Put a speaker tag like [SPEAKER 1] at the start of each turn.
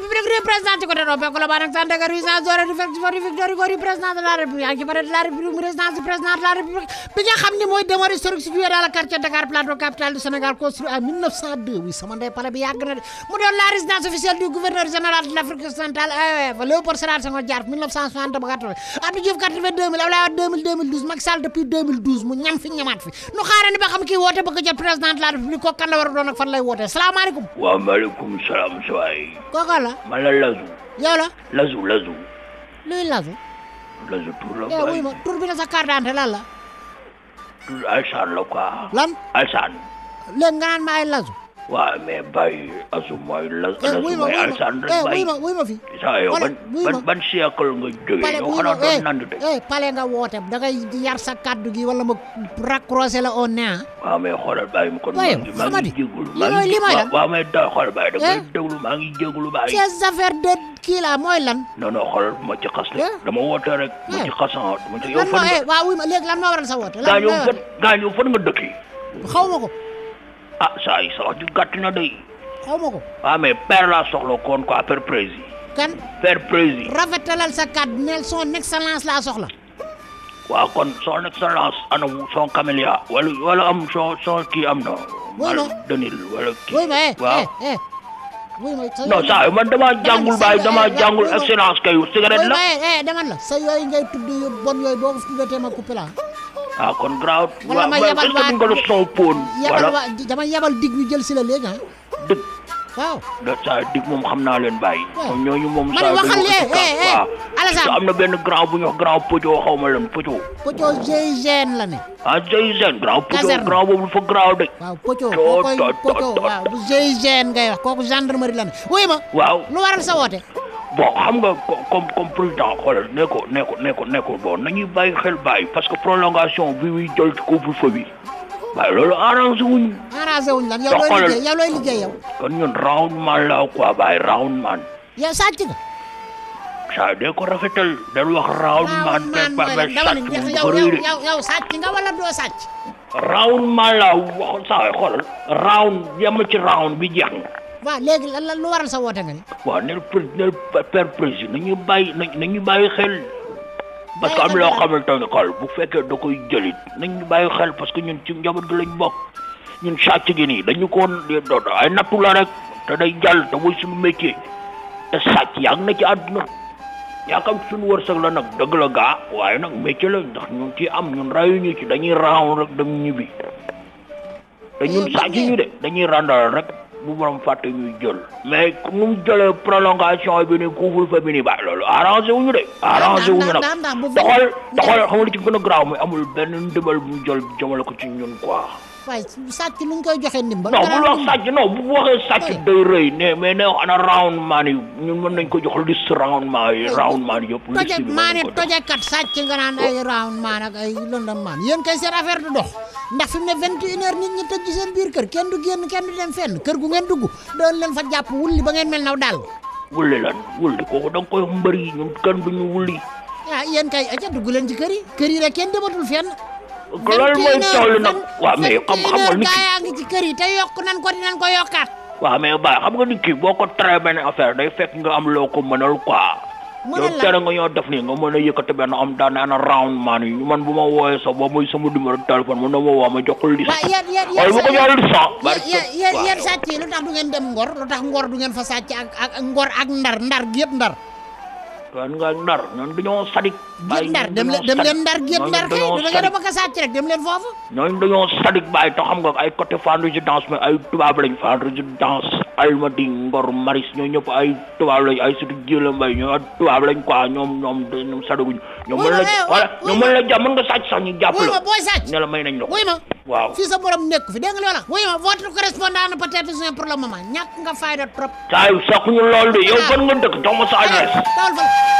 [SPEAKER 1] représente ko den o penko loɓanaka tan dakar 800 victoire gori président de la république ak bare de la république résidence du président de la république bi nga xam ne mooy demeure historique situé dans le quartier Dakar plateau capitale du Sénégal construit en 1902 oui sama ndey pale bi yàgg na de mu doon la résidence officielle du gouverneur général de l' Afrique occidentale AOF Léopold Sédar Senghor Diatta 1960 ba 80 Abdou Diouf 82 2000 Abdoulaye Wade 2000 2012 Macky Sall depuis 2012 mu ñam fi ñamaat fi nu xaarani ba xam kii woote bëgg a jot président de la république kooku kan la war a doon ak fan lay woote salaamaaleykum
[SPEAKER 2] waaw maaleykum salaam sa waay
[SPEAKER 1] kooku la
[SPEAKER 2] ma la lazu
[SPEAKER 1] yow la
[SPEAKER 2] lazu lazu
[SPEAKER 1] luy lasu
[SPEAKER 2] lazu tur la
[SPEAKER 1] yow wuy ma tur bi ne sa carte d'identité lan la
[SPEAKER 2] tur alsaan la quoi
[SPEAKER 1] lan
[SPEAKER 2] alsaan
[SPEAKER 1] léegi nga naan ma ay lasu
[SPEAKER 2] waaw mais bàyyi asu mooy la
[SPEAKER 1] eh
[SPEAKER 2] lazu
[SPEAKER 1] wuy ma
[SPEAKER 2] mooy
[SPEAKER 1] wuy ma
[SPEAKER 2] alsaan
[SPEAKER 1] eh
[SPEAKER 2] rek
[SPEAKER 1] wuy
[SPEAKER 2] bàyyi
[SPEAKER 1] ma wuy ma fi
[SPEAKER 2] saa yow
[SPEAKER 1] Pale,
[SPEAKER 2] ban
[SPEAKER 1] wuy
[SPEAKER 2] ban
[SPEAKER 1] ma.
[SPEAKER 2] ban siècle nga jógee yow xanaa doon nand de
[SPEAKER 1] eh pale nga woote da ngay yar sa kaddu gi wala ma raccroché la au nez
[SPEAKER 2] waaw mais xoolal bàyyi kon
[SPEAKER 1] Waaye,
[SPEAKER 2] maa ngi maa ngi
[SPEAKER 1] Amady,
[SPEAKER 2] jégalu
[SPEAKER 1] li
[SPEAKER 2] maa
[SPEAKER 1] mooy-
[SPEAKER 2] ngi
[SPEAKER 1] li mooy lan?
[SPEAKER 2] waaw waaw mais da xoolal bàyyi da ngay
[SPEAKER 1] Eh?
[SPEAKER 2] déglu maa ngi jégalu bàyyi
[SPEAKER 1] ces affaires de kii la mooy lan
[SPEAKER 2] non non xoolal bu ma ci xas de
[SPEAKER 1] Eh?
[SPEAKER 2] dama woote rek bu ma
[SPEAKER 1] Eh?
[SPEAKER 2] ci xasan du ma ci yow
[SPEAKER 1] lan
[SPEAKER 2] fan
[SPEAKER 1] moo eh
[SPEAKER 2] nga
[SPEAKER 1] waaw wuy ma léegi lan moo waral sa woote lan e.
[SPEAKER 2] gaañoo
[SPEAKER 1] looy
[SPEAKER 2] fan
[SPEAKER 1] woote?
[SPEAKER 2] gaañoo fan nga dëkki
[SPEAKER 1] xaw ma ko
[SPEAKER 2] ah saa yi sa wax ji gàtt na day
[SPEAKER 1] xaw ma ko
[SPEAKER 2] waaw mais père laa soxla koon quoi père prési
[SPEAKER 1] kan
[SPEAKER 2] père prési
[SPEAKER 1] rafetalal sa kaddu neel son excellence laa soxla
[SPEAKER 2] waaw kon son excellence ana wu son camélia wala wala am son son kii am na
[SPEAKER 1] Wuy ma.
[SPEAKER 2] mal denil wala kii
[SPEAKER 1] wuy ma eh
[SPEAKER 2] waaw
[SPEAKER 1] eh eh wuy ma sa
[SPEAKER 2] non saa yi man damaa jàngul
[SPEAKER 1] sa-
[SPEAKER 2] baay
[SPEAKER 1] eh,
[SPEAKER 2] damaa
[SPEAKER 1] eh,
[SPEAKER 2] jàngul
[SPEAKER 1] wuy ma.
[SPEAKER 2] excellence kay
[SPEAKER 1] wuy
[SPEAKER 2] cigarette
[SPEAKER 1] ma
[SPEAKER 2] la
[SPEAKER 1] eh eh demal la sa yooyu ngay tudd yu bon yooyu boo ko fi tuddatee ma coupé la
[SPEAKER 2] ah kon graw
[SPEAKER 1] Wala ma yebal
[SPEAKER 2] est-ce que
[SPEAKER 1] waa-
[SPEAKER 2] duñ ko def son pon
[SPEAKER 1] yabal
[SPEAKER 2] wala
[SPEAKER 1] waa dama yabal dig ñu jël si la léegi ah
[SPEAKER 2] dëgg
[SPEAKER 1] waaw
[SPEAKER 2] da saa yi dig moom xam naa leen bàyyi
[SPEAKER 1] Ouais.
[SPEAKER 2] moom ñooñu moom
[SPEAKER 1] Ma
[SPEAKER 2] saa
[SPEAKER 1] ne
[SPEAKER 2] yi
[SPEAKER 1] waxal
[SPEAKER 2] dañoo
[SPEAKER 1] lee,
[SPEAKER 2] efficace,
[SPEAKER 1] eh, eh,
[SPEAKER 2] waaw.
[SPEAKER 1] Alassane.
[SPEAKER 2] am na benn grand bu ñu wax grand pojo xaw ma leen pojo
[SPEAKER 1] Pocho GIGN la ne
[SPEAKER 2] ah jaysen grand pojo
[SPEAKER 1] Caserne.
[SPEAKER 2] grand boobu dafa graw de
[SPEAKER 1] waaw Pocho
[SPEAKER 2] Tot,
[SPEAKER 1] koo koy
[SPEAKER 2] tot, tot,
[SPEAKER 1] Pocho
[SPEAKER 2] tot,
[SPEAKER 1] waaw bu GIGN ngay wax kooku gendarmerie la ne wuy ma
[SPEAKER 2] waaw
[SPEAKER 1] lu waral sa woote
[SPEAKER 2] bon xam nga co- comme comme président xoolal nee ko nee ko nee ko nee ko bon nañuy bàyyi xel bàyyi parce que prolongation bi muy jël ci couvre-feu bi waaye loolu arrangé wuñ
[SPEAKER 1] arrangé wuñ lan yow
[SPEAKER 2] Doxalal.
[SPEAKER 1] looy liggéey yow looy liggéey yow
[SPEAKER 2] kon ñun round man la quoi bàyyi round man
[SPEAKER 1] yow sàcc nga
[SPEAKER 2] saa dee ko rafetal del wax round man
[SPEAKER 1] waaw
[SPEAKER 2] te
[SPEAKER 1] man
[SPEAKER 2] ba
[SPEAKER 1] mooy
[SPEAKER 2] ba
[SPEAKER 1] lan dama ne
[SPEAKER 2] sàcc bu
[SPEAKER 1] yow
[SPEAKER 2] ko
[SPEAKER 1] yow
[SPEAKER 2] rëy de
[SPEAKER 1] yow yow sàcc nga wala doo sàcc
[SPEAKER 2] round man la wax saa xoolal round yem ci round bi jeex na
[SPEAKER 1] waaw léegi lan lan lu waral sa woote nga ni
[SPEAKER 2] waaw nel pr nel père président nañu bàyyi na nañu bàyyi xel parce que am loo xamal tamit xol bu fekkee da koy jëlit nañu bàyyi xel parce que ñun ci njaboot gi lañ bokk ñun sàcc gi nii dañu ko doon ay nattu la rek te day jàll te mooy suñu métier te sàcc yaa ngi na ci àdduna yaakaar suñu wërsëg la nag dëgg la gaa waaye nag métier la ndax ñun ci am ñun rayuñu ci dañuy raaw rek dem ñibbi te ñun
[SPEAKER 1] Eh,
[SPEAKER 2] sàcc ñu de dañuy randal rek bu borom fàtte ñuy jël mais nu mu jëlee prolongation bi ni couvre-feu bi ni ba loolu arrangé wuñu de arrangé wuñu nag
[SPEAKER 1] ndax ndax bu
[SPEAKER 2] doxal doxal xam nga ci gën a graaw muy amul benn ndimbal bu ñu jël jëmale ko ci ñun quoi
[SPEAKER 1] waaye sàcc lu ñu koy joxe ndimbal
[SPEAKER 2] non bu
[SPEAKER 1] garaaw ndimbal.
[SPEAKER 2] wax sàcc non bu waxee sàcc day rëy ne mais ne ana roundement yi ñun mën nañ ko jox liste roundement yi roundement yi yëpp
[SPEAKER 1] toje
[SPEAKER 2] liste bi mën
[SPEAKER 1] maa ne
[SPEAKER 2] nañ ko jox
[SPEAKER 1] tojekat sàcc nga naan ay kan round maan ak ay lëndam maan yéen kay seen affaire du dox ndax fi mu ne vingt et une heure nit ñi tëj ci seen biir kër kenn du génn kenn du dem fenn kër gu ngeen dugg doon leen fa jàpp wulli ba ngeen mel naw daal
[SPEAKER 2] wulli lan wulli kooku da nga koy mbër yi ñun kenn duñu wulli
[SPEAKER 1] ah yéen kay aca dugg leen ci kër yi kër yi rek kenn dematul fenn
[SPEAKER 2] loolu mooy toll nag waaw mais xam xam nga nit
[SPEAKER 1] gaa
[SPEAKER 2] ki
[SPEAKER 1] yaa ngi ci kër yi te yokk nan ko dinañ ko yokkaat
[SPEAKER 2] waaw mais ba kan xam nga nit ki boo ko tere benn affaire day fekk nga am loo ko mënal quoi
[SPEAKER 1] Mënal
[SPEAKER 2] yow
[SPEAKER 1] lan?
[SPEAKER 2] tere nga ñoo def nii nga mën a yëkkati benn am daan ana round man yi man bu ma wooyee sax ba muy sama numéro téléphone mën na ma woo ma jox ko liste
[SPEAKER 1] waaw yéen yéen
[SPEAKER 2] wala bu ko
[SPEAKER 1] iya,
[SPEAKER 2] joxee liste sax
[SPEAKER 1] yéen
[SPEAKER 2] barke-
[SPEAKER 1] yéen yéen
[SPEAKER 2] waaw.
[SPEAKER 1] yéen sàcc yi iya, lu tax du ngeen dem ngor lu tax ngor du ngeen fa sàcc ak ak ak ngor ak ndar ndar gi yëpp ndar
[SPEAKER 2] kon nga ndar ñun dañoo sadik
[SPEAKER 1] géej ndar dem leen dem leen ndar géej ndar kay da nga dem
[SPEAKER 2] sadik
[SPEAKER 1] ak a sàcc rek dem leen foofu
[SPEAKER 2] ñooñu dañoo sadik bàyyi te xam nga ay côté fan résidence mais ay tubaab lañ fan résidence almadi ngor maris ñoo ñëpp ay tubaab lañ ay surtout jëla mbay ñoo ay tubaab lañ quoi ñoom ñoom ñoom sadikuñ ñoom
[SPEAKER 1] Wuy
[SPEAKER 2] mën
[SPEAKER 1] ma,
[SPEAKER 2] la
[SPEAKER 1] eh,
[SPEAKER 2] voilà
[SPEAKER 1] wuy
[SPEAKER 2] ñoom
[SPEAKER 1] ma.
[SPEAKER 2] mën la jàpp mën nga sàcc sax ñu jàpp
[SPEAKER 1] wuy ma
[SPEAKER 2] la
[SPEAKER 1] booy sàcc
[SPEAKER 2] ne la may nañ la ko
[SPEAKER 1] wuy ma
[SPEAKER 2] waaw
[SPEAKER 1] fii sa borom nekk fi dégg nga loola wuy ma votre correspondant ne peut être besoin pour le moment ñàkk nga fayda trop
[SPEAKER 2] saa yu sakkuñu loolu de yow
[SPEAKER 1] Ah.
[SPEAKER 2] fan nga dëkk jox ma sa adresse
[SPEAKER 1] tawal fa